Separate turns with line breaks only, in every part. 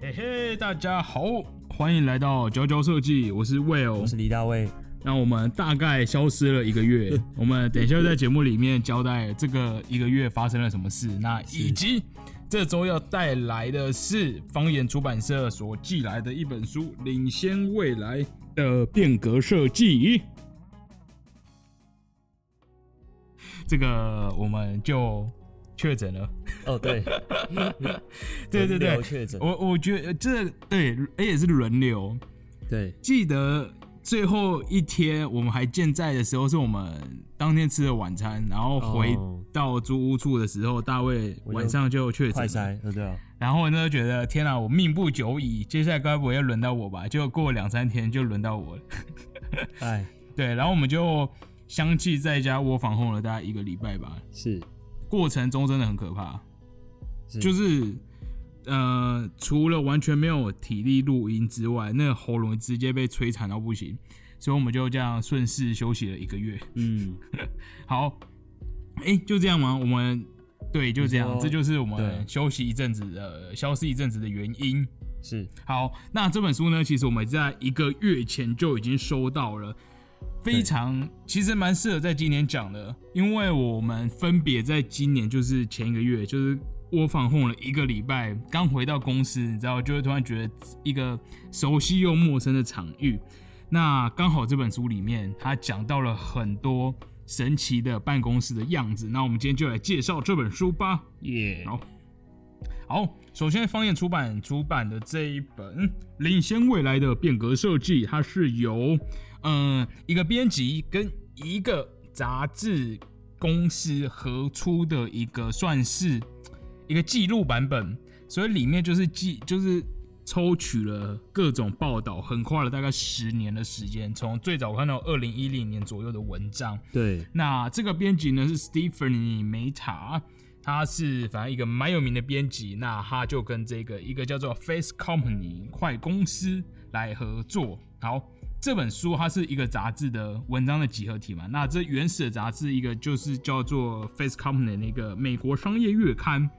嘿嘿，大家好，欢迎来到佼佼设计，我是 Will，
我是李大卫。
那我们大概消失了一个 月，我们等一下会在节目里面交代这个一个月发生了什么事，那以及这周要带来的是方言出版社所寄来的一本书《领先未来的变革设计》。这个我们就确诊了。
哦，对，
对对对
轮流，确诊，
我我觉得这对，而且是轮流。
对，
记得最后一天我们还健在的时候，是我们当天吃的晚餐，然后回
哦
到租屋处的时候，大卫
就
晚上就确
快
诊了。
筛，呃对啊，
然后呢，觉得天啊，我命不久矣，接下来该不会要轮到我吧？结果过两三天就轮到我了。
哎，
对，然后我们就相继在家窝房后了大概一个礼拜吧，
是，
过程中真的很可怕。
是
就是呃，除了完全没有体力录音之外，那个喉咙直接被摧残到不行，所以我们就这样顺势休息了一个月。
嗯，
好，哎、就这样吗？我们对，就这
你
样，
说
这就是我们
对
休息一阵子的、消失一阵子的原因。
是，
好，那这本书呢，其实我们在一个月前就已经收到了，非
对
常其实蛮适合在今年讲的，因为我们分别在今年就是前一个月就是。我访红了一个礼拜，刚回到公司，你知道，就会突然觉得一个熟悉又陌生的场域。那刚好这本书里面，它讲到了很多神奇的办公室的样子。那我们今天就来介绍这本书吧。
耶
好好，首先方言出版出版的这一本《领先未来的变革设计》，它是由嗯、呃一个编辑跟一个杂志公司合出的一个算是一个记录版本，所以里面就是记就是。抽取了各种报道，横跨了大概十年的时间，从最早看到二零一零年左右的文章，
对，
那这个编辑呢是 Stephanie Meta，他是反正一个蛮有名的编辑，那他就跟这个一个叫做 Face Company 快公司来合作。好，这本书它是一个杂志的文章的集合体嘛，那这原始的杂志一个就是叫做 Face Company 那个美国商业月刊，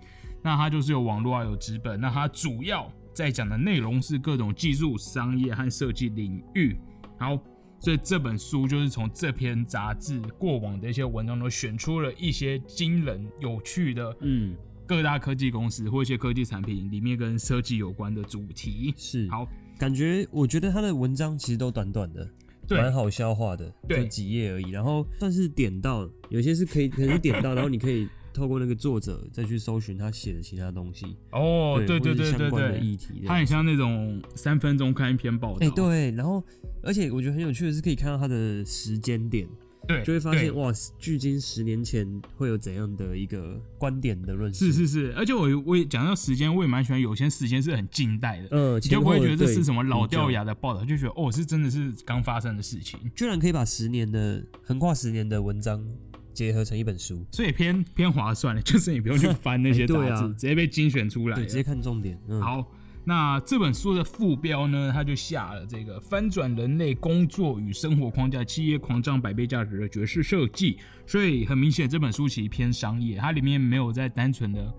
那它就是有网络啊有纸本，那它主要在讲的内容是各种技术、商业和设计领域。好，所以这本书就是从这篇杂志过往的一些文章中选出了一些惊人、有趣的
嗯，
各大科技公司或一些科技产品里面跟设计有关的主题。
是，
好，
感觉我觉得他的文章其实都短短的，
对
蛮好消化的，
对
就几页而已，然后算是点到，有些是可以，可能是点 到，然后你可以透过那个作者再去搜寻他写的其他东西，
哦，对对
或者
对
是
对
相关的
对，
议题这样，
它很像那种三分钟看一篇报道。
哎、对，然后而且我觉得很有趣的是，可以看到它的时间点，
对，
就会发
对
现哇，距今十年前会有怎样的一个观点的论述？
是，是是，而且我我也讲到时间，我也蛮喜欢有些时间是很近代的，
呃，
你
前
就不会
后
觉得这
对
是什么老
比较
掉牙的报道，就觉得哦，是真的是刚发生的事情。
居然可以把十年的横跨十年的文章结合成一本书，
所以偏偏划算了，就是你不用去翻那些
哎
杂
对啊
志，直接被精选出来了。
对，直接看重点。嗯，，
啊好，那这本书的副标呢，它就下了这个“翻转人类工作与生活框架，企业狂涨百倍价值的绝世设计”。所以很明显，这本书其实偏商业，它里面没有在单纯的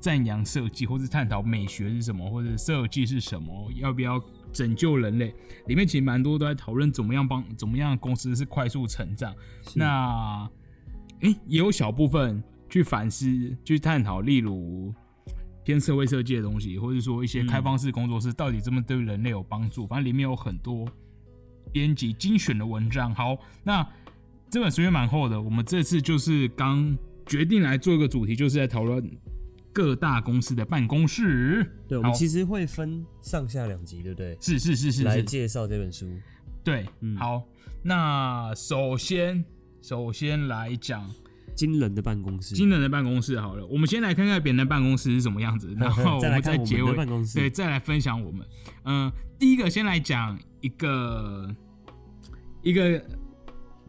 赞扬设计，或是探讨美学是什么，或者设计是什么，要不要拯救人类。里面其实蛮多都在讨论怎么样帮怎么样公司是快速成长。那诶，也哎有小部分去反思、去探讨，例如偏社会设计的东西，或者说一些开放式工作室到底这么对人类有帮助。反正里面有很多编辑精选的文章。好，那这本书也蛮厚的，我们这次就是刚决定来做一个主题，就是在讨论各大公司的办公室。
对，我们
好
其实会分上下两集，对不对？
是是是是
来
是，
介绍这本书。
对，
嗯
好，那首先首先来讲。
惊人的办公室，
惊人的办公室好了，我们先来看看别人的办公室是什么样 子，然后
再来
们再
看我们
结
的
尾，
办公室
对，再来分享我们。嗯、第一个先来讲一个一个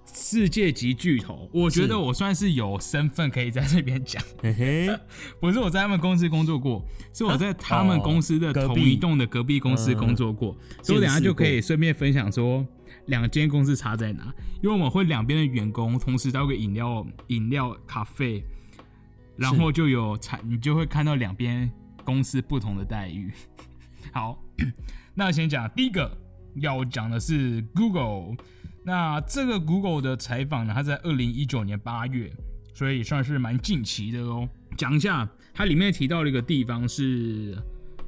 世界级巨头，我觉
是
得我算是有身份可以在这边讲，
嘿嘿，
不是我在他们公司工作过，是我在他们公司的
啊哦隔
同
壁
一栋的隔壁公司工作过，所以我等一下就可以
见
顺便分享说两间公司差在哪，因为我们会两边的员工同时到个饮料饮料咖啡，然后就有产，你就会看到两边公司不同的待遇。 好， 那先讲第一个要讲的是 Google。那这个 Google 的采访呢，它在二零一九年八月，所以算是蛮近期的哦。讲一下，它里面提到了一个地方是，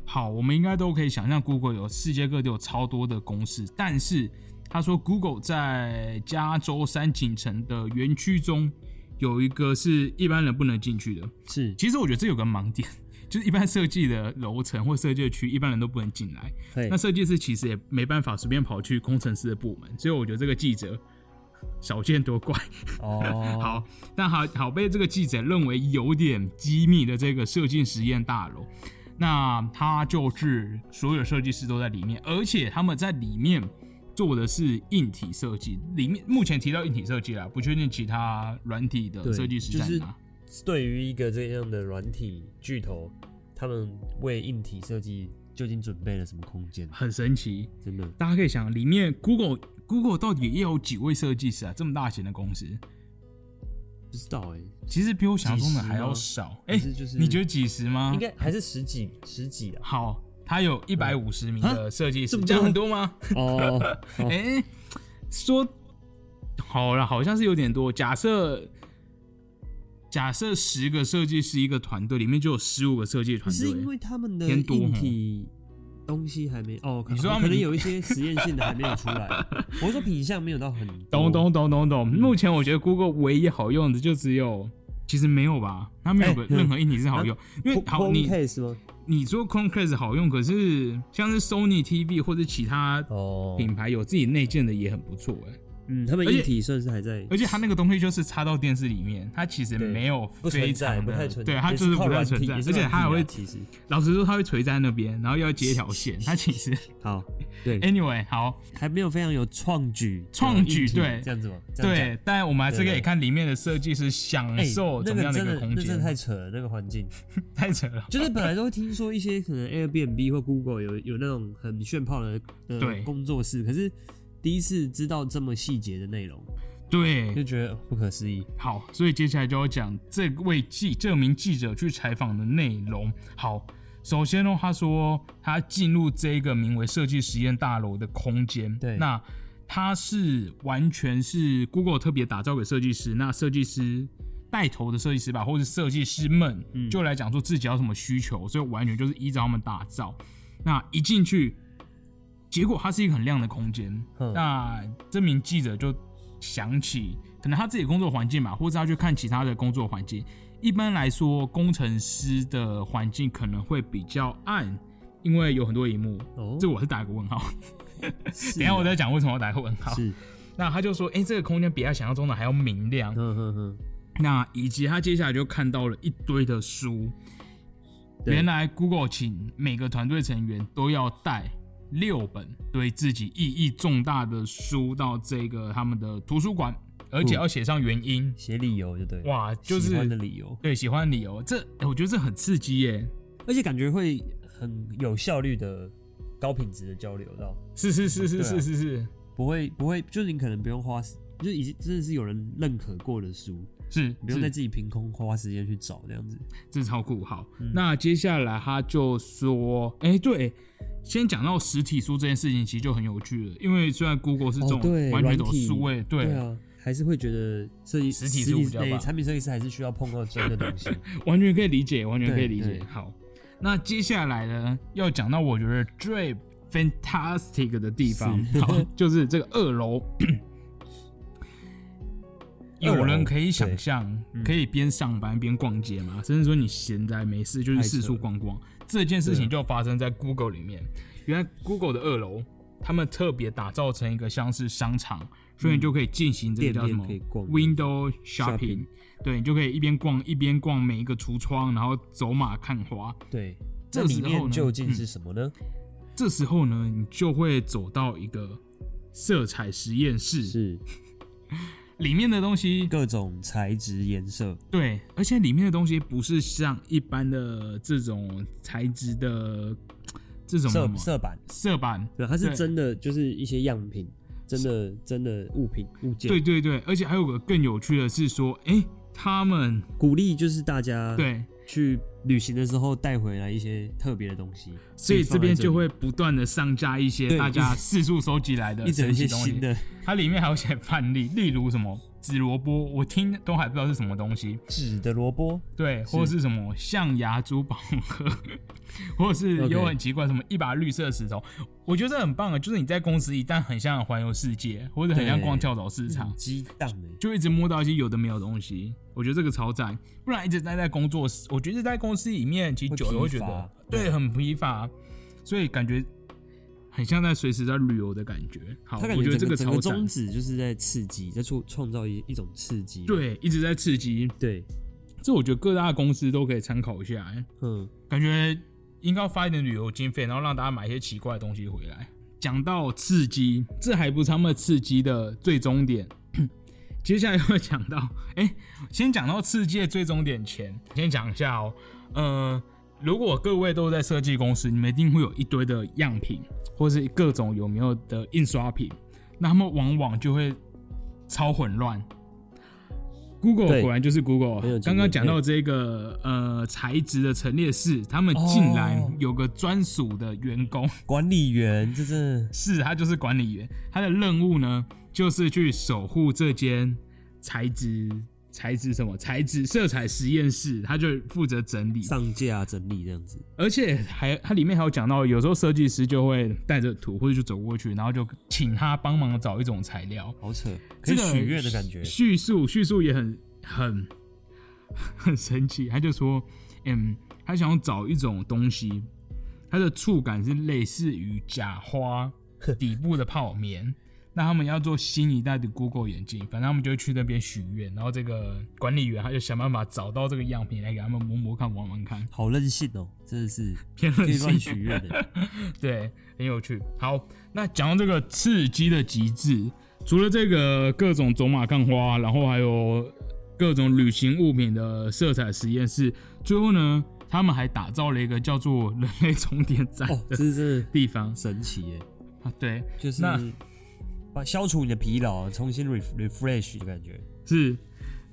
好，我们应该都可以想象，Google 有世界各地有超多的公司，但是他说 Google 在加州三井城的园区中有一个是一般人不能进去的。
是，
其实我觉得这有个盲点，就是一般设计的楼层或设计的区，一般人都不能进来。
嘿
那设计师其实也没办法随便跑去工程师的部门，所以我觉得这个记者少见多怪。
哦，
好，那好好被这个记者认为有点机密的这个射箭实验大楼，那它就是所有设计师都在里面，而且他们在里面做的是硬体设计，里面目前提到硬体设计啦，不确定其他软体的
对，
设计师
就
在
是
哪。
对于一个这样的软体巨头，他们为硬体设计究竟准备了什么空间？
很神奇，
真的，
大家可以想，里面 Google Google 到底也有几位设计师啊？这么大型的公司，
不知道哎、
其实比我想象中的还要
几十
少。
还
哎、
是就是
你觉得几十吗？？
应该还是十几十几啊
好，它有一百五十名的设计师，
这么多
这样很多吗？
哦，哦
哎、说好了，好像是有点多。假设假设十个设计师一个团队里面就有十五个设计
不
团
是因
队，
为他们的
偏多
硬
吼
体东西还没哦，可
你说他
哦
们
可能有一些实验性的还没有出来。 我说品相没有到很
懂
多
懂懂懂懂。目前我觉得 Google 唯一好用的就只有，其实没有吧？它没有
哎
个任何硬体是好用，因为好
Chrome
你
case 吗？
你说 Chromecast 好用，可是像是 Sony TV 或者其他
哦，
品牌有自己内建的也很不错哎、
嗯，他们
而且
硬体算是还在，
而且它那个东西就是插到电视里面，它其实
对
没有
不存
非
在，
常
不
的
太存在，
对，它
也
就是
靠
不太
软
存
体
在，
也
而
是
且
软
它还
体啊
会，
其实
老实说它会垂在那边，然后要接条线，它其 实
好，
anyway 好
还没有非常有创举的
哎创举
硬体
对
这样子吗？这样讲
对，但我们还是可以
对
看里面的设计师享
哎，
受
那
怎么样的一
真
个
的
空
那真
间
的，太扯了，那个环境，
太扯 了。
就是本来都会听说一些可能 Airbnb 或 Google 有有那种很炫炮的
对
的工作室，可是第一次知道这么细节的内容，就
对，
觉得不可思议。
好，所以接下来就要讲这位记这名记者去采访的内容。好，首先呢，他说他进入这个名为“设计实验大楼”的空间，
对
那他是完全是 Google 特别打造给设计师，那设计师。带头的设计师吧，或是设计师们，
嗯
就来讲说自己要什么需求，所以完全就是依照他们打造。那一进去，结果它是一个很亮的空间，
嗯
那这名记者就想起，可能他自己的工作环境嘛，或者他去看其他的工作环境。一般来说，工程师的环境可能会比较暗，因为有很多荧幕。
哦，
这我是打一个问号，
等
等一下我再讲为什么我打一个问号。
是，
那他就说，哎、这个空间比他想象中的还要明亮。
哼哼哼，
那以及他接下来就看到了一堆的书。
对
原来 Google 请每个团队成员都要带六本对自己意义重大的书到这个他们的图书馆，而且要写上原因。
写理由就对了，
哇，就
嗯喜欢的
是
理由，
对喜欢理由，这哎我觉得这很刺激耶。
而且感觉会很有效率的、高品质的交流到，
是是是是
对啊
是是是
不会不会，就是你可能不用花时，就是已经真的是有人认可过的书，
是，
不用再
是
自己凭空花时间去找这样子。
这超酷。好，
嗯
那接下来他就说，哎、对，先讲到实体书这件事情，其实就很有趣了，因为虽然 Google 是这
哦对
种完全走
软体
数位，对，
啊，还是会觉得设计
实体是比较
对
吧
产品设计师还是需要碰到真的东 西。
完全可以理解，完全可以
对
理解
对。
好，那接下来呢，要讲到我觉得最 fantastic 的地方，好， 就是这个二 楼。有人可以想象
对嗯
可以边上班边逛街吗？甚至说你闲在没事就是四处逛逛，这件事情就发生在 Google 里面。原来 Google 的二楼，他们特别打造成一个像是商场，所以你就可以进行这个叫什么
店面可以逛
window shopping
shopping。
对，你就可以一边逛一边逛每一个橱窗，然后走马看花。
对，
这
这
时候
里
呢嗯
面究竟是什么呢？
这时候呢，你就会走到一个色彩实验室，
是
里面的东西
各种材质、颜色。
对，而且里面的东西不是像一般的这种材质的这种什
色
么
色板，
色板。
对，啊它
对
是真的，就是一些样品，真的真的物品物件。
对，对对，而且还有个更有趣的是说，哎，他们
鼓励就是大家
对
去旅行的时候带回来一些特别的东西，
所以
放在
这边就会不断的上架一些
对
大家
一直
四处收集来的
一直有
神
一
奇
些
东
新
西。
的
它里面还有写范例， 例如什么紫萝卜，我听都还不知道是什么东西，
纸的萝卜，
对，或者是什么象牙珠宝盒， 或者是
OK
有很奇怪什么一把绿色石头，我觉得这很棒啊！就是你在公司一旦很像环游世界，或者很像
对
逛跳蚤市场，
激荡的，
就一直摸到一些有的没有的东西，我觉得这个超赞。不然一直待在工作室，我觉得在公司里面其实
会
久了
疲
会觉得
乏
对很疲乏，所以感觉很像在随时在旅游的感觉。好，
他感
我觉得这
整个整
超
个
赞
宗，旨就是在刺激，在创创造一一种刺激。啊
对，一直在刺激。
对，
这我觉得各大公司都可以参考一下、欸
嗯，
感觉应该要发一点旅游经费，然后让大家买一些奇怪的东西回来。讲到刺激，这还不是他们刺激的最终点。 接下来会讲到，哎、先讲到刺激的最终点前，先讲一下哦，呃，如果各位都在设计公司，你们一定会有一堆的样品，或是各种有没有的印刷品，那他们往往就会超混乱。Google
对
果然就是
很有
Google，啊
经
刚
验
刚讲到这个呃材质的陈列室，他们竟然
哦
有个专属的员工，
管理员这真 的
是他就是管理员，他的任务呢就是去守护这间材质材质什么材质色彩实验室，他就负责整理，
上架整理这样子，
而且还它里面还有讲到，有时候设计师就会带着图或者就走过去，然后就请他帮忙找一种材料，
好扯，可以
这个
许愿的感觉。
叙述叙述也很很 很神奇，他就说，嗯，他想要找一种东西，它的触感是类似于假 花底部的泡棉。那他们要做新一代的 Google 眼镜，反正他们就会去那边许愿，然后这个管理员他就想办法找到这个样品来给他们摸摸看、玩玩看，
好任性哦，真的是
偏
可
任
以
性
乱许愿的。
对，很有趣。好，那讲到这个刺激的极致，除了这个各种走马看花，然后还有各种旅行物品的色彩实验室，最后呢，他们还打造了一个叫做人类终点站
哦，
的
这是真的
地方。
神奇耶，
啊，对，
就是
那
把消除你的疲劳，重新 ref refresh 的感觉。
是，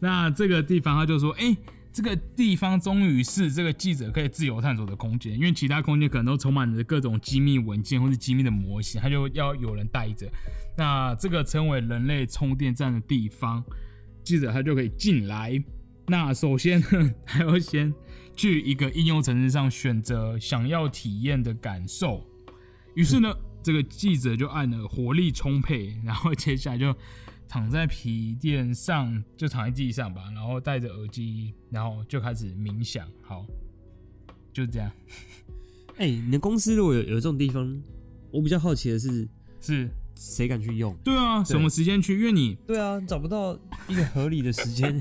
那这个地方他就说，哎、这个地方终于是这个记者可以自由探索的空间，因为其他空间可能都充满着各种机密文件或是机密的模型，他就要有人带着。那这个称为人类充电站的地方，记者他就可以进来。那首先呢，还要先去一个应用程式上选择想要体验的感受。于是呢，这个记者就按了活力充沛，然后接下来就躺在皮垫上，就躺在地上吧，然后戴着耳机，然后就开始冥想。好，就这样。
哎、你的公司如果有有这种地方，我比较好奇的是
是，
谁敢去用？
对啊，什么时间去？因为你
对啊，找不到一个合理的时 间。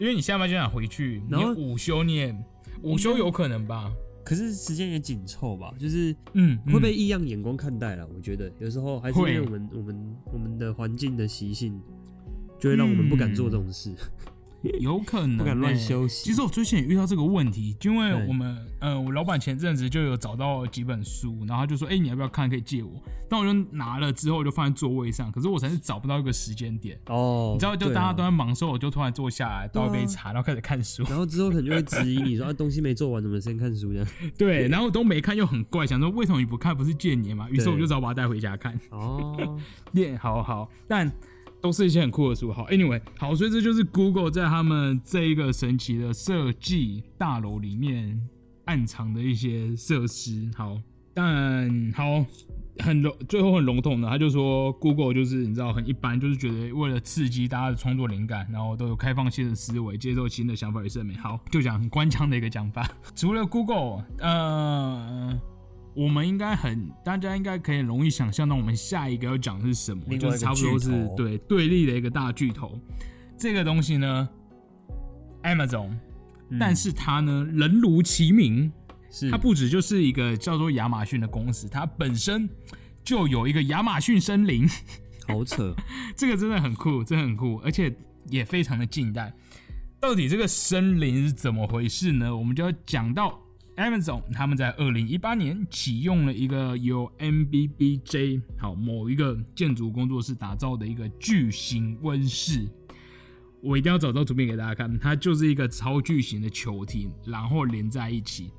因为你下班就想回去，你
然后
午休你也午休有可能吧？
可是时间也紧凑吧，就是
嗯，
会被
嗯
异样眼光看待了。我觉得有时候还是因为
会
我们我们我们的环境的习性，就会让我们不敢做这种事，
有可能、
不敢乱
欸
休息。
其实我最近也遇到这个问题，因为
对
我们，呃，我老板前阵子就有找到几本书，然后他就说，哎、你要不要看？可以借我。但我就拿了之后，我就放在座位上，可是我才是找不到一个时间点，
哦，
你知道，就
对
大家
啊
都在忙的时候，我就突然坐下来
对
倒
啊
一杯茶，然后开始看 书。
然后之后可能就会质疑你 说啊，东西没做完，怎么先看书这 样？
对，然后都没看，又很怪，想说为什么你不看？不是借你吗？于是
对
我就只好把它带回家看。
哦，
练好好，但都是一些很酷的书。好，anyway，好，所以这就是 Google 在他们这一个神奇的设计大楼里面暗藏的一些设施。好，但好。很笼，最后很笼统的，他就说 Google 就是你知道很一般，就是觉得为了刺激大家的创作灵感，然后都有开放性的思维，接受新的想法也是很美好。就讲很官腔的一个讲法。 除了 Google，呃，我们应该很，大家应该可以容易想象到我们下一个要讲的是什么，
另
就
外一
是
个
差不多是
巨头
对对立的一个大巨头。这个东西呢，Amazon，、但
嗯
是它呢人如其名，
是
它不止就是一个叫做亚马逊的公司，它本身就有一个亚马逊森林，
好扯，
这个真的很酷，真的很酷，而且也非常的近代。到底这个森林是怎么回事呢？我们就要讲到 Amazon 他们在二零一八年启用了一个由 MBBJ 好某一个建筑工作室打造的一个巨型温室。我一定要找到图片给大家看，它就是一个超巨型的球体，然后连在一起。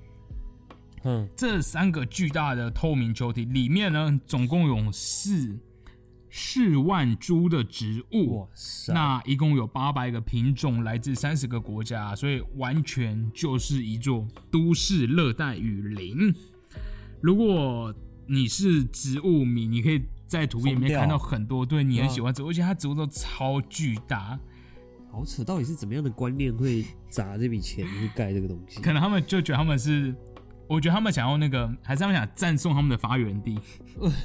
嗯，
这三个巨大的透明球体里面呢，总共有四四万株的植物
哇，塞，
那一共有八百个品种，来自三十个国家，所以完全就是一座都市热带雨林。如果你是植物迷，你可以在图片里
疯
面
掉
看到很多对你很
嗯
喜欢植物，而且它植物都超巨大，
好扯，到底是怎么样的观念会砸这笔钱去盖这个东西？
可能他们就觉得他们是，我觉得他们想要那个，还是他们想赞颂他们的发源 地，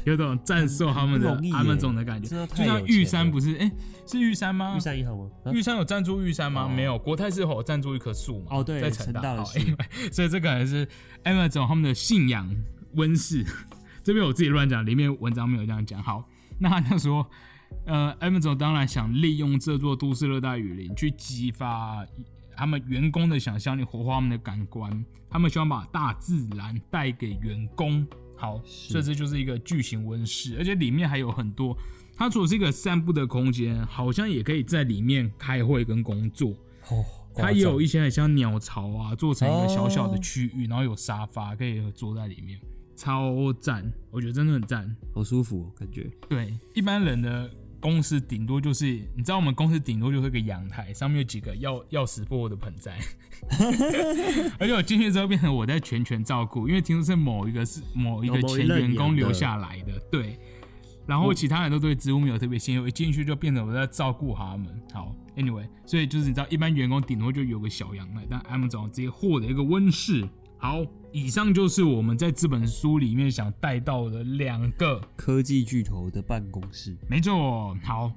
有种赞颂他们的
很不容易耶
阿们总的感觉，
真的
就
太有
像玉
钱
山
了
不是，哎、是玉山吗？
玉山银行吗？啊
玉山有赞助玉山吗？
哦
没有，国泰世华有赞助一棵树嘛？
哦对
在成
成大
好
的树
因为 所以这个还是 Amazon 他们的信仰温室。 这边我自己乱讲，里面文章没有这样讲。好， 那他就说，呃，Amazon 当然想利用这座都市热带雨林去激发他们员工的想象力，活化他们的感官。他们希望把大自然带给员工。好，
是
所以这就是一个巨型温室，而且里面还有很多。它除了是一个散步的空间，好像也可以在里面开会跟工作。
哦，
它也有一些很像鸟巢啊，做成一个小小的
哦
区域，然后有沙发可以坐在里面，超赞！我觉得真的很赞。
好舒服、哦，感觉
对，一般人的公司顶多就是，你知道我们公司顶多就是个阳台，上面有几个要要死不活的盆 栽。而且我进去之后变成我在全权照顾，因为听说是某一个是某一个
哦某一
前
任
员工
演的
留下来的，对。然后其他人都对植物没有特别兴趣，我一进去就变成我在照顾他们。好，anyway，所以就是你知道，一般员工顶多就有个小阳台，但 Amazon 直接获得一个温室。好，以上就是我们在这本书里面想带到的两个
科技巨头的办公室，
没错，好。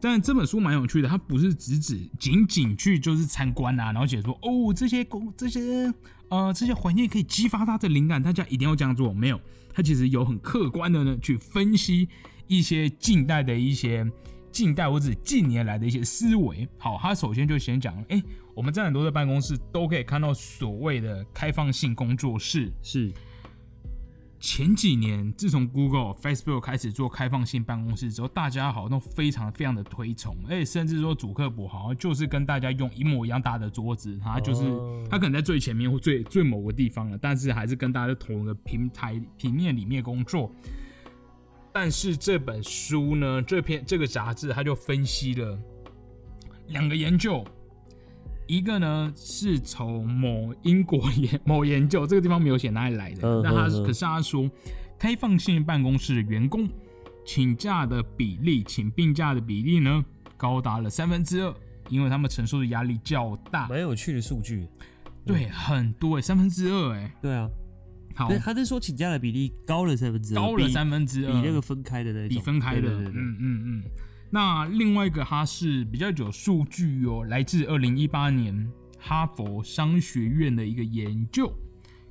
但这本书蛮有趣的，它不是只只仅仅去就是参观啊，然后写说哦这些公这些呃这些环境可以激发他的灵感，大家一定要这样做。没有，它其实有很客观的呢去分析一些近代的一些近代或者近年来的一些思维。好，他首先就先讲，哎、我们在很多的办公室都可以看到所谓的开放性工作室，
是
前几年，自从 Google、Facebook 开始做开放性办公室之后，大家好像都非常非常的推崇，而且甚至说主客博好像就是跟大家用一模一样大的桌子，他就是、
哦
他可能在最前面或最最某个地方了，但是还是跟大家在同一个平台平面里面工作。但是这本书呢，这篇这个杂志它就分析了两个研究，一个呢是从某英国研某研究，这个地方没有写哪里来的
嗯，
那他
嗯嗯
可是他说，开放性办公室的员工请假的比例，请病假的比例呢高达了三分之二，因为他们承受的压力较大。
蛮有趣的数据。
对，很多哎、三分之二哎，
对啊，
好
但，他是说请假的比例高了三分之二，
高了
比
三分之
比
二，
那个分开的那一种
比分开的，
对对对对
嗯嗯嗯。那另外一个它是比较有数据哦，来自二零一八年哈佛商学院的一个研究，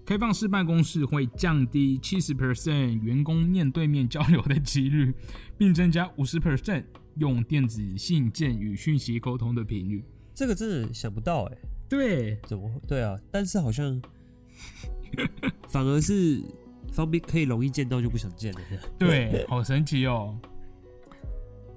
开放式办公室会降低七十 percent 员工面对面交流的几率，并增加五十 percent 用电子信件与讯息沟通的频率。
这个真的想不到哎、
对，
怎么会？对啊，但是 好像反而是方便可以容易见到就不想见了。
对，好神奇哦！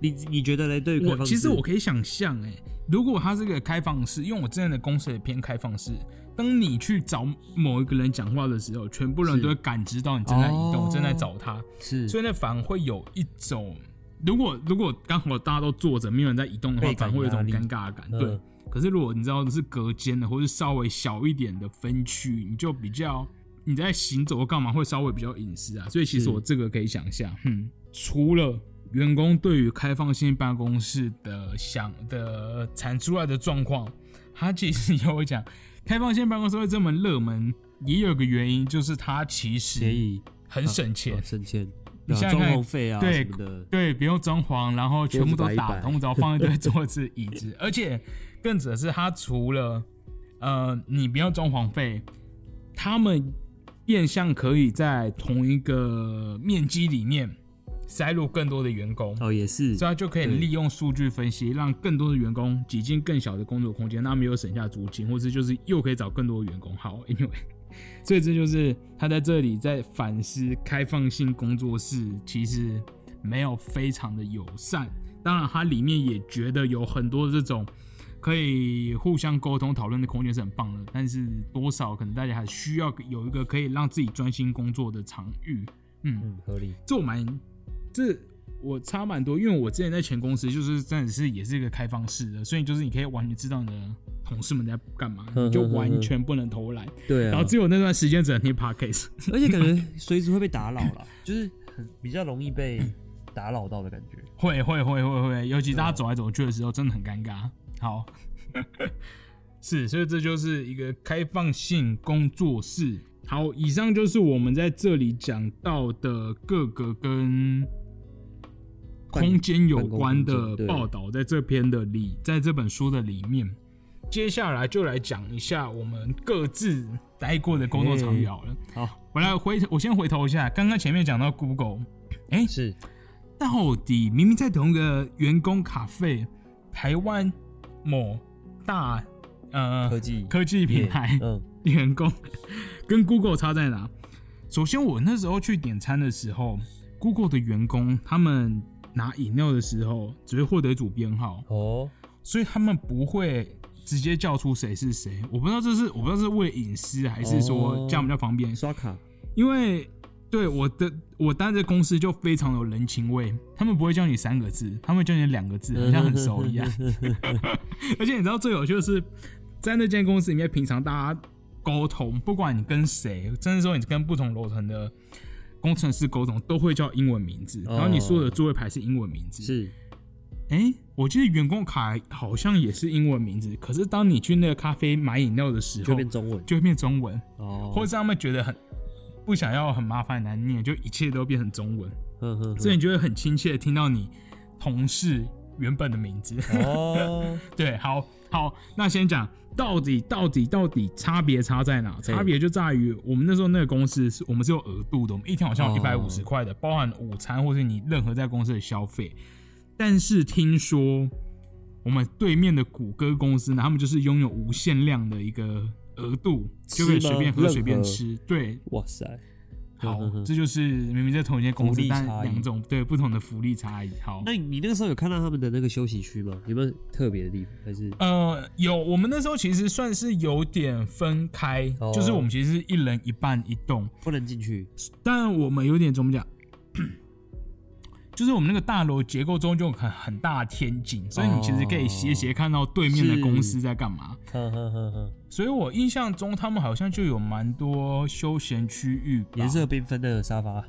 你你觉得嘞？对于开
我
放
其实
式
我可以想象，哎，如果它是个开放式，因为我之前的公司也偏开放式，当你去找某一个人讲话的时候，全部人
是
都会感知到你正在移动，
哦
正在找他，
是
所以那反而会有一种，如果如果刚好大家都坐着，没有人在移动的话，
倍
反
感
而会有一种
压力
尴尬感，
嗯
对。可是如果你知道是隔间的，或是稍微小一点的分区，你就比较你在行走或干嘛会稍微比较隐私啊。所以其实
是
我这个可以想象，嗯，除了员工对于开放性办公室的想的产出来的状况，他其实也有讲， 开放性办公室会这么热门，也有个原因就是它其
协
实
议
很省钱
哦。省钱，
你
对啊
想想
装
看
潢费啊
对
什么的，
对，不用装潢，然后全部都
桌子摆一
打
摆
通，只要放一 堆桌子、椅子，而且更扯的是，它除了呃，你不要装潢费，他们变相可以在同一个面积里面塞入更多的员工，
哦也是
这样就可以
对
利用数据分析，让更多的员工挤进更小的工作空间，那没有省下租金，或是就是又可以找更多的员工。好，anyway，所 以这就是他在这里在反思开放性工作室其实没有非常的友善。当然，它里面也觉得有很多这种可以互相沟通讨论的空间是很棒的，但是多少可能大家还需要有一个可以让自己专心工作的场域。嗯，
嗯，合理。
这我蛮这我差蛮多，因为我之前在前公司就是真的是也是一个开放式的，所以就是你可以完全知道你的同事们在干嘛，
哼
你就
哼哼
完全不能偷懒。
对
然
啊
后，只有那段时间只能听 podcast。
而且感觉随时会被打扰啦，就是很比较容易被打扰到的感觉。
会会会会会，尤其大家走来走去的时候，真的很尴尬。好，是，所以这就是一个开放性工作室。好，以上就是我们在这里讲到的各个跟
办
空间有关
办公
的
空间对
报道，在这篇的里，在这本书的里面。接下来就来讲一下我们各自待过的工作场域好了。
好，
我来回，我先回头一下，刚刚前面讲到 Google，哎，
是
到底明明在同一个员工咖啡，台湾某大呃
科技
科技品牌
业嗯，
员工 跟 Google 差在哪？首先，我那时候去点餐的时候，Google 的员工他们拿饮料的时候只会获得一组编号，
哦，
所以他们不会直接叫出谁是谁。我不知道这是我不知道这是为了隐私，还是说
哦
这样比较方便。
刷卡，
因为对我的我待在公司就非常有人情味，他们不会叫你三个字，他们叫你两个
嗯
字，好像很熟一样。 而且你知道最有趣的是，在那间公司里面，平常大家沟通，不管你跟谁，甚至说你跟不同楼层的工程师沟通，都会叫英文名字，
哦
然后你所有的座位牌是英文名字。
是
哎、我记得员工卡好像也是英文名字，可是当你去那个咖啡买饮料的时
就
候，
变中文
就会变中文。
哦，
或是他们觉得很不想要很麻烦难念，就一切都变成中文，
呵呵呵
所以你就会很亲切的听到你同事原本的名 字。
哦，
对，好好，那先讲到底到底到底差别差在哪？差别就在于我们那时候那个公司是我们是有额度的，我们一天好像有一百五十
哦
块的，包含午餐或是你任何在公司的消费。但是听说我们对面的谷歌公司呢，他们就是拥有无限量的一个额度，就可以
吃吗
随便喝
任
随便
何
吃。对，
哇塞，
好
呵呵，呵
这就是明明在同一间公
嗯福
司，
利
但
差异
两种对不同的福利差异。好，
那你你那个时候有看到他们的那个休息区吗？有没有特别的地方？还是
呃，有，我们那时候其实算是有点分开，
哦
就是我们其实是一人一半一栋，
不能进去？
但我们有点怎么讲，就是我们那个大楼结构中就有很很大的天井，所以你其实
哦
可以斜斜看到对面的公司在干嘛。
呵
嗯
呵呵呵，
所以我印象中他们好像就有蛮多休闲区域吧，
颜色缤纷的沙发，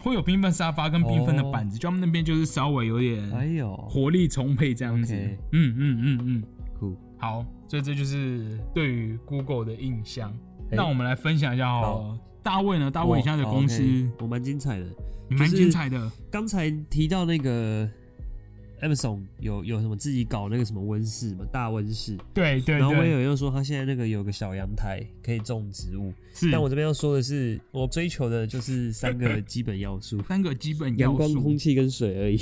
会有缤纷沙发跟缤纷的板子，就他们那边就是稍微有点
哦哎呦，
活力充沛这样子。
OK
嗯嗯嗯嗯，
酷，
好，所以这就是对于 Google 的印象。
哎
那我们来分享一下哦，大卫呢？大卫
我
你现在的公司，
我蛮精彩的。
你蛮
就是
精彩的。
刚才提到那个 Amazon 有有什么自己搞那个什么温室嘛，大温室。
对对
然后威
对，
尔又说他现在那个有个小阳台可以种植物，
是。：
但我这边要说的是，我追求的就是三个基本要 素
三个基本
阳
要
光、
素
空。气跟水而已。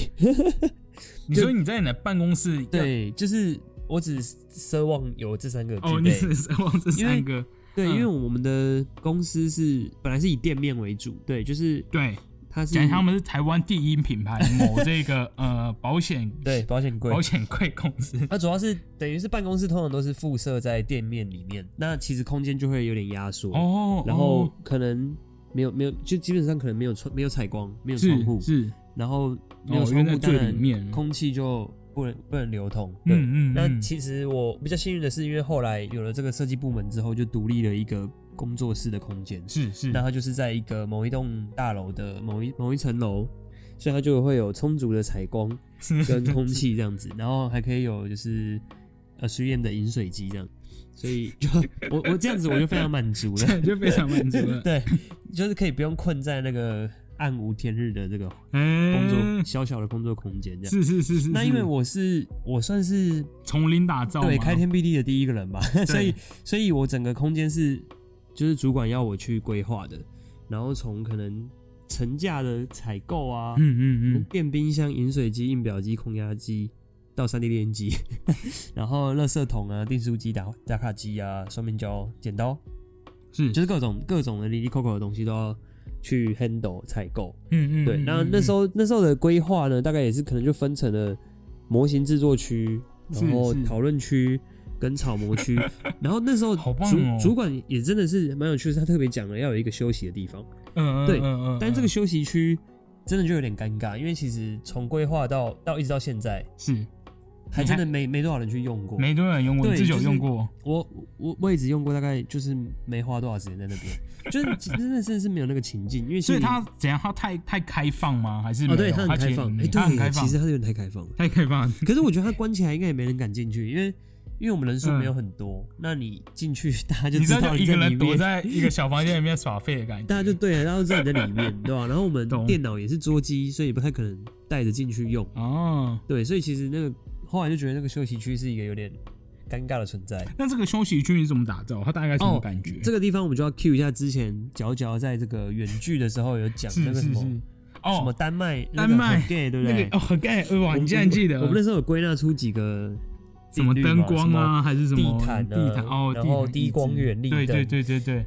你说你在你的办公室要，
对，就是我只奢望有这三个具
哦，你
备。
只是忘这三个，
对，
嗯
因为我们的公司是本来是以店面为主，对，就是
对，
它是
讲他们是台湾第一品牌某这 个呃保险
对保险柜
保。险柜公司。
它主要是等于是办公室通常都是附设在店面里面，那其实空间就会有点压缩。
哦，
然后
哦
可能没有没有，就基本上可能没有窗没有采光，没有窗户
是，是，
然后没有
哦
窗
因为在
户，当
最
然
里面
空气就不能不能流通。对，
嗯嗯嗯。
那其实我比较幸运的是，因为后来有了这个设计部门之后，就独立了一个工作室的空间。
是是
那它 就是在一个某一栋大楼的某一某一层楼，所以它就会有充足的采光
是
跟空气这样子，然后还可以有就是呃实验的饮水机这样，所以就 我我这样子我就非常满足了。
就非常满足了。
对，就是可以不用困在那个暗无天日的这个工
工
作、小小的工作空间这样。
嗯是是是是。
那
是
因为我是我算是
从零打造嘛，
对开天辟地的第一个人 吧，所以所以我整个空间是就是主管要我去规划的，然后从可能层架的采购啊，
嗯嗯
电冰箱、饮水机、印表机、空 压机。到三 D 打印机，然后垃圾桶啊、订书机、打打卡机啊、双面胶、剪刀，
嗯，是，
就是是各种各种的零零扣扣的东西都要去 handle 采购。
嗯嗯，
对，
嗯
那那时，候那时候的规划呢，大概也是可能就分成了模型制作区，
是
然后
是
讨论区，跟草模 区。然后那时候
好棒
主、
哦
主管也真的是蛮有趣的，他特别讲了要有一个休息的地方，
嗯嗯
对
嗯嗯，
但这个
嗯
休息区真的就有点尴尬，因为其实从规划到到一直到现在，
是
还真的没没多少人去用过。
嗯没多少人用过，你
对
自己有
就是
用过？
我我我也只用过，大概就是没花多少时间在 那边，就是其实真的真的是没有那个情境，因为
所以
心里
他怎样？他太太开放吗？还是没
哦，
有
对，它很
其
开
实
放，哎、
他很
对，
开放
其，实它有点太开放了。
太开放。
可是我觉得它关起来应该也没人敢进去，因为因为我们人数没有很多，那你进去大家就
你知
嗯知
道，
道
就一
在
个
里
人躲
面，
在一个小房间里面耍废的感觉，
大家就对了，大家都知道你在里 面，对吧、然后我们
懂
电脑也是桌机，所以不太可能带着进去用，
哦。
对，所以其实那个后来就觉得那个休息区是一个有点尴尬的存在。
那这个休息区你怎么打造？它大概什么
哦
感觉？
这个地方我们就要 cue 一下之前角角在这个远距的时候有讲
是
那个什
是
么
是，
什么
哦，
丹麦
丹麦
gay 对不
那
对？
个哦，很盖哇！
我
你
们
竟然记得
我们那时候有归纳出几个
什么
定律
灯
嘛
光啊，，还是什
地
么
毯啊
地毯哦，
然
地毯
后低光源立
对对
灯
对对对，
什么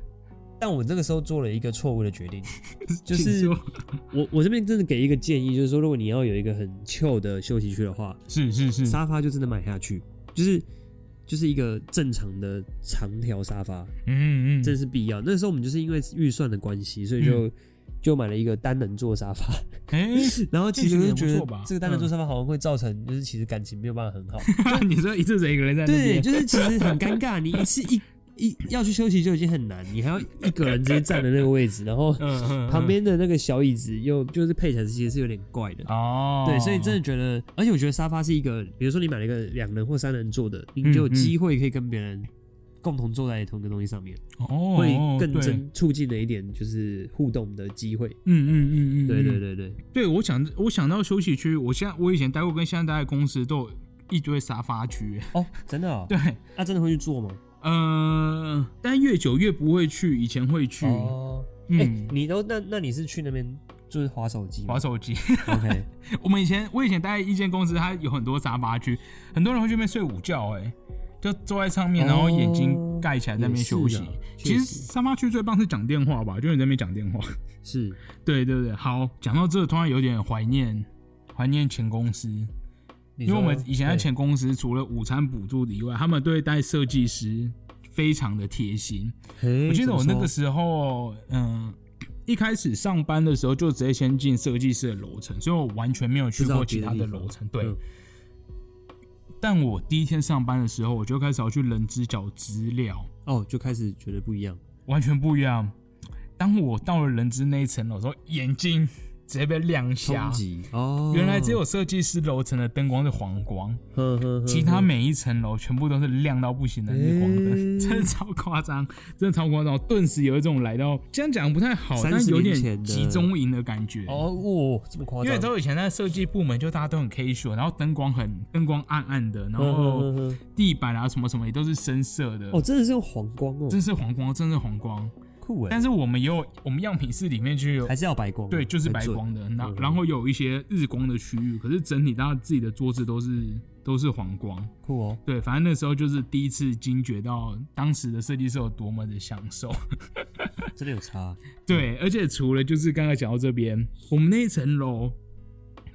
但我那个时候做了一个错误的决 定，就
请
是
说
我我这边真的给一个建议，就是说如果你要有一个很 chill 的休息区的话，
是是是，
沙发就真的买下去，就是就是一个正常的长条沙发，
嗯嗯，
这是必要。那时候我们就是因为预算的关系，所以就。就买了一个单人座 沙发，
哎，
然后其实
这
我
个
就
也不
觉
错
得
吧
这个单人座沙发好像会造成，就是其实感情没有办法很好，
你说一次只有一个人在那
对，
边，
就是其实很尴尬，你一次一一要去休息就已经很难，你还要一个人直接站的那个位置，然后
嗯嗯，嗯
旁边的那个小椅子又就是配起来其实是有点怪的。
哦，
对，所以真的觉得，而且我觉得沙发是一个，比如说你买了一个两人或三人坐的，你就有
嗯嗯
机会可以跟别人共同坐在同一个东西上面，
哦
会更，
对
增促进了一点就是互动的机会。
嗯嗯嗯嗯，嗯
对对对对，
对，我想我想到休息区，我现在我以前待过跟现在待的公司都有一堆沙发区，
哦，真的、哦，
对，
那、真的会去做吗？
呃，但越久越不会去，以前会去，
哦，哎、
嗯，
你都那那你是去那边就是划手机吗？
划手机。
OK，
我们以前我以前待一间公司，它有很多沙发区，很多人会去那边睡午觉、哎，就坐在上面，然后眼睛盖起来在那边休息。
也是啊
其
确
实
实
沙发区最棒是讲电话吧，就是你在那边讲电话。
是
对对对，好，讲到这突然有点怀念，怀念前公司，因为我们以前在前公司除了午餐补助以外，他们对待设计师非常的贴心。
对，
我记得我那个
是
时候，嗯。一开始上班的时候就直接先进设计师的楼层，所以我完全没有去过其他的楼层。对，
嗯
但我第一天上班的时候，我就开始要去人资找资料，
哦，就开始觉得不一样。
完全不一样。当我到了人资那一层楼的时候，眼睛直接被亮瞎
冲，击哦，
原来只有设计师楼层的灯光是黄光，
呵呵呵
其他每一层楼全部都是亮到不行的日光灯，
诶
真的超夸张，真的超夸张。顿时有一种来到，这样讲不太好，
30
但有点
年前的
集中营的感觉。
哦哦这么夸
因为
张，
你知道以前在设计部门，就大家都很 casual，然后灯光很灯光暗暗的，然
呵呵
后
呵呵
地板啊什么什么也都是深色的，
嗯哦真的是用黄光哦，
真是黄光，真是黄光。
酷哎，
但
是
是我们也有我们样品室里面就有
还是要白光，
对，就是
很
白
准
光的，然
嗯
然后有一些日光的区域，可是整体大家自己的桌子都是都是黄光。
酷哦，
对，反正那时候就是第一次惊觉到当时的设计师有多么的享受。
真的有差，
对，而且除了就是刚刚讲到这边，我们那一层楼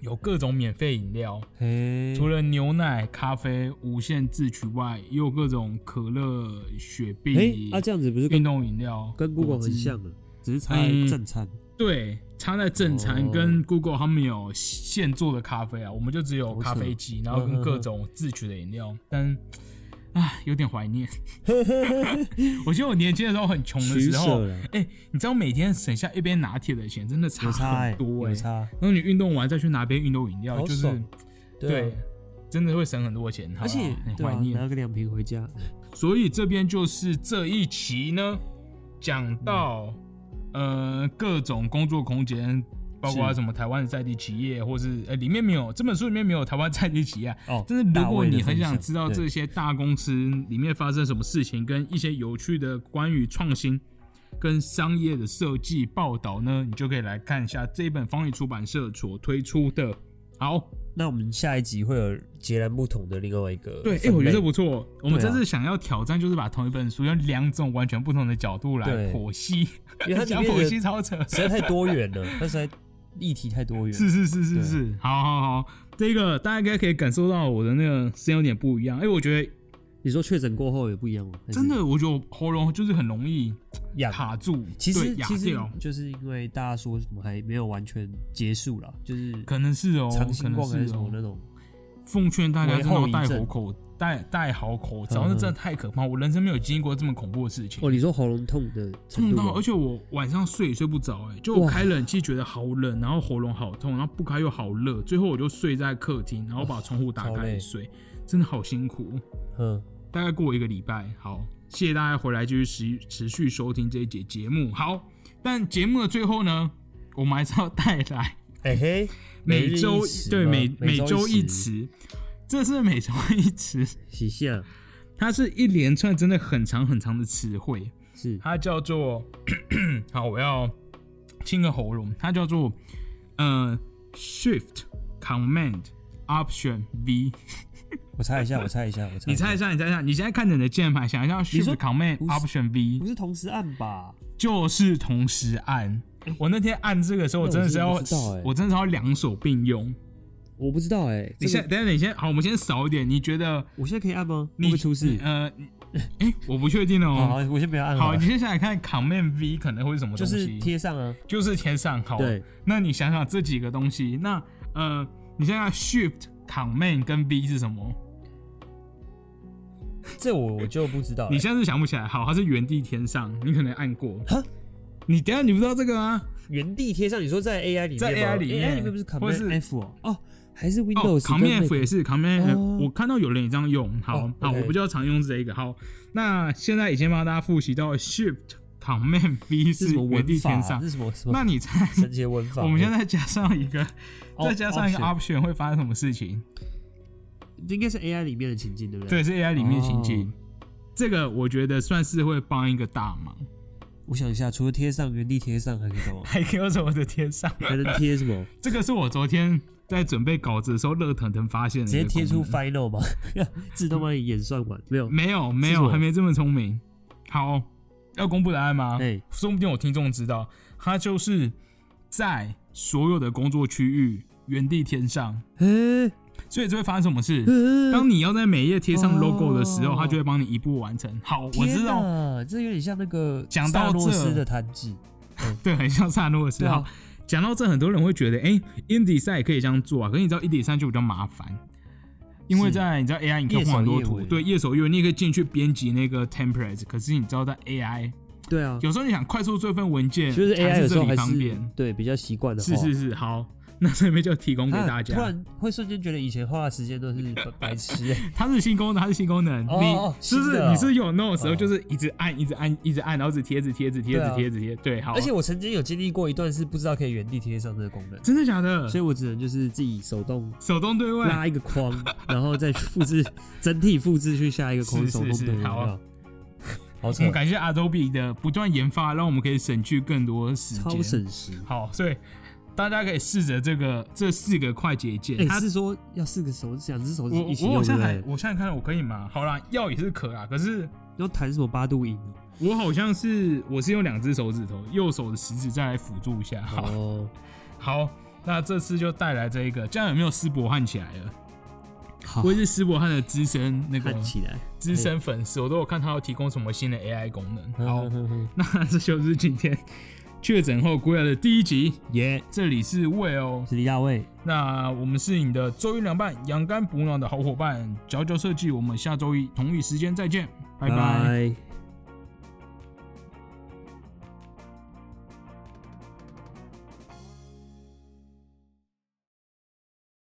有各种免费饮料，
嘿，
除了牛奶、咖啡无限自取外，也有各种可乐、雪
哎
碧、
啊这样子不是
运
跟
动饮料，
跟
果
Google
汁
很像了，只是差
嗯
正餐
对，差在正餐
哦
跟 Google 他们有现做的咖啡啊，我们就只有咖啡机，然后跟各种自取的饮料，但唉，有点怀 念。我觉得我年轻的时候很穷的
取
时
舍
候，
了，
哎、你知道每天省下一杯拿铁的钱，真的差
有差哎
很，多哎、
有差，
然后你运动完再去拿杯运动饮料，
好
就是
爽
对
啊，
真的会省很多钱，好不好
而且
很
对
哎怀
啊，
念。哦
拿个两瓶回家，
所以这边就是这一期呢，讲到、呃各种工作空间，包括
是
什么台湾的在地企业，或是呃里面没有这本书里面没有台湾在地企业啊。
哦，
但是如
大
果
卫的
你很
分
想
享
知道
对
这些大公司里面发生什么事情，跟一些有趣的关于创新跟商业的设计报道呢，你就可以来看一下这一本方宇出版社所推出的。好，
那我们下一集会有截然不同的另外一个
对，哎、
分
我觉得
类
这不错。我们
对
这
啊
次想要挑战，就是把同一本书用两种完全不同的角度来
对
剖析，
因为 它里
讲
面
剖
的
析超扯。
实在太多元了，它实在议题太多元。
是是是是
对
是，好好好，这个大家应该可以感受到我的那个声音有点不一样。哎、我觉得
你说确诊过后也不一样哦，还是
真的，我觉得我喉咙就是很容易
痒。
卡住，
其
对
实
哑
其实
掉，
就是因为大家说什么还没有完全结束啦，就是
可能是哦，
长
可
新
能
冠还是
是
什么
哦。
那种，
奉劝大家
为
真的
后
要
遗
戴好
症
口戴戴好口罩，那
嗯嗯
真的太可怕。我人生没有经历过这么恐怖的事情
哦，，你说喉咙痛的程
痛
度吗，
到，而且我晚上睡也睡不着，哎，就我
哇
开冷气觉得好冷，然后喉咙好痛，然后不开又好热，最后我就睡在客厅，然后把窗户打
超
开
累
睡，真的好辛苦。
嗯，
大概过一个礼拜。好，谢谢大家回来继续持持续收听这一节节目。好，但节目的最后呢，我们还是要带来
哎嘿， 每
每
日
周
一词
对
吗
每
每
周
一词，
词，这是每周一词，
喜下
它是一连串真的很长很长的词汇，
是
它叫做 好，我要清个喉咙，它叫做呃 Shift Command Option V。
我猜一下，我猜一下，我猜，
你猜一
下，
下，你猜一下，你现在看着你的键盘，想一下
说
Shift Command
不是
Option V
不是同时按吧？
就是同时按。我那天按这个时候，我真的是要，
哎那我真的不知道欸
我真的是要两手并用。
我不知道哎，
你
这个
先，等一下，你先，好，我们先少一点。你觉得
我现在可以按吗？会
你
不会出事哦
你？呃，你哎、我不确定
好，好
哦。
我先不要按
好，
了
你，接下来看 Command V 可能会是什么
就
东
是
西？
贴上啊，
就是填上好。
对，
那你想想这几个东西，那呃，你想想 Shift、Command 跟 V 是什么？
这我我就不知道欸。
你现在是想不起来。好，它是原地填上，你可能按过
哈。
你等一下你不知道这个吗？
原地贴上，你说在 AI 里面吗，
在 AI 里
AI
面
里面不是
或是
Command F 哦，哦，还是
哦
Windows 跟那
，Command
个
F 也是 Command，F，
哦
我看到有人也这样用。好
哦
好，
OK
我比较常用这一个。好，那现在已经帮大家复习到 Shift Command V
是
是
什么
原
文
地
法
填
啊？
上
这，是什么什
那
么
你猜？
神奇的文法？欸哎
我们现在加上一个，
哦
再加上一个
option
option 会发生什么事情？
这应该是 AI 里面的情境，对不对？
对，
对，
是 AI 里面情境
哦。
这个我觉得算是会帮一个大忙，？
我想一下，除了贴上原地贴上，还可以干嘛
还给我什么的贴上？
还能贴什 么？
这个是我昨天在准备稿子的时候热腾腾发现的，
直接贴出 Final 吧， 自动帮你演算完，没有？
没有没
是
有，
我
还没这么聪明。好，要公布答案吗？
哎，
说不定有听众知道，它就是在所有的工作区域原地贴上，
哎，
所以这会发生什么事？
当
当你要在每一页贴上 logo 的时候，
哦
它就会帮你一步完成。好，我知道，，
这有点像那个
讲到
萨诺
这
斯的弹指，
对，很像萨诺斯。
对啊
好，，讲到这，很多人会觉得，哎，InDesign 也可以这样做啊，可是你知道 InDesign 就比较麻烦。因为
是
在你知道 AI 你可以画很多
页手页
图，
尾
对页手页尾，你也可以进去编辑那个 template，可是你知道在 AI
对啊，
有时候你想快速做份文件，
就是
还
AI 有时
这
候
里
还
方
是
便。
对比较习惯的
是
话，
是是，好，那这边就提供给
啊
大家。
突然会瞬间觉得以前花的时间都是白白痴、欸，
它是新功能，它是新功能。
哦哦
你是不
新
是
的哦
你是有那种时候
哦
就是一直按、一直按、一直按，然后只贴、只贴、只贴、
对
只
啊
贴、只贴？对， 好。
而且我曾经有经历过一段是不知道可以原地贴上这个功能，
真的假的
所？以我只能就是自己手动
手动对位，
拉一个框，然后再复制整体复制去下一个框，
是是
手动
是
对，有没
好啊
有？好
我
扯
们，感谢 Adobe 的不断研发，让我们可以省去更多时
超
间。
省时。
好，所以大家可以试着这个这四个快捷键，
哎、
它
是说要四个手指，两只手指
我
一起
我
用，
好
对
像
不
还
对？
我现在看了我可以吗？好啦，要也是可啦，可是
要弹什么八度音？
我好像是我是用两只手指头，右手的食指再来辅助一下。好，
哦，
好，那这次就带来这一个，这样有没有斯伯汉起来了？
好
我，也是斯伯汉的资深那个
看起来。
资深粉丝，我都有看他要提供什么新的 AI 功能。好
哼，哼哼
那这就是今天确诊后归来的第一集，
耶、
这里是 Will 哦
我，是李大卫，
那我们是你的周一凉拌、养肝补脑的好伙伴，佼佼设计，我们下周一同一时间再见，拜拜
拜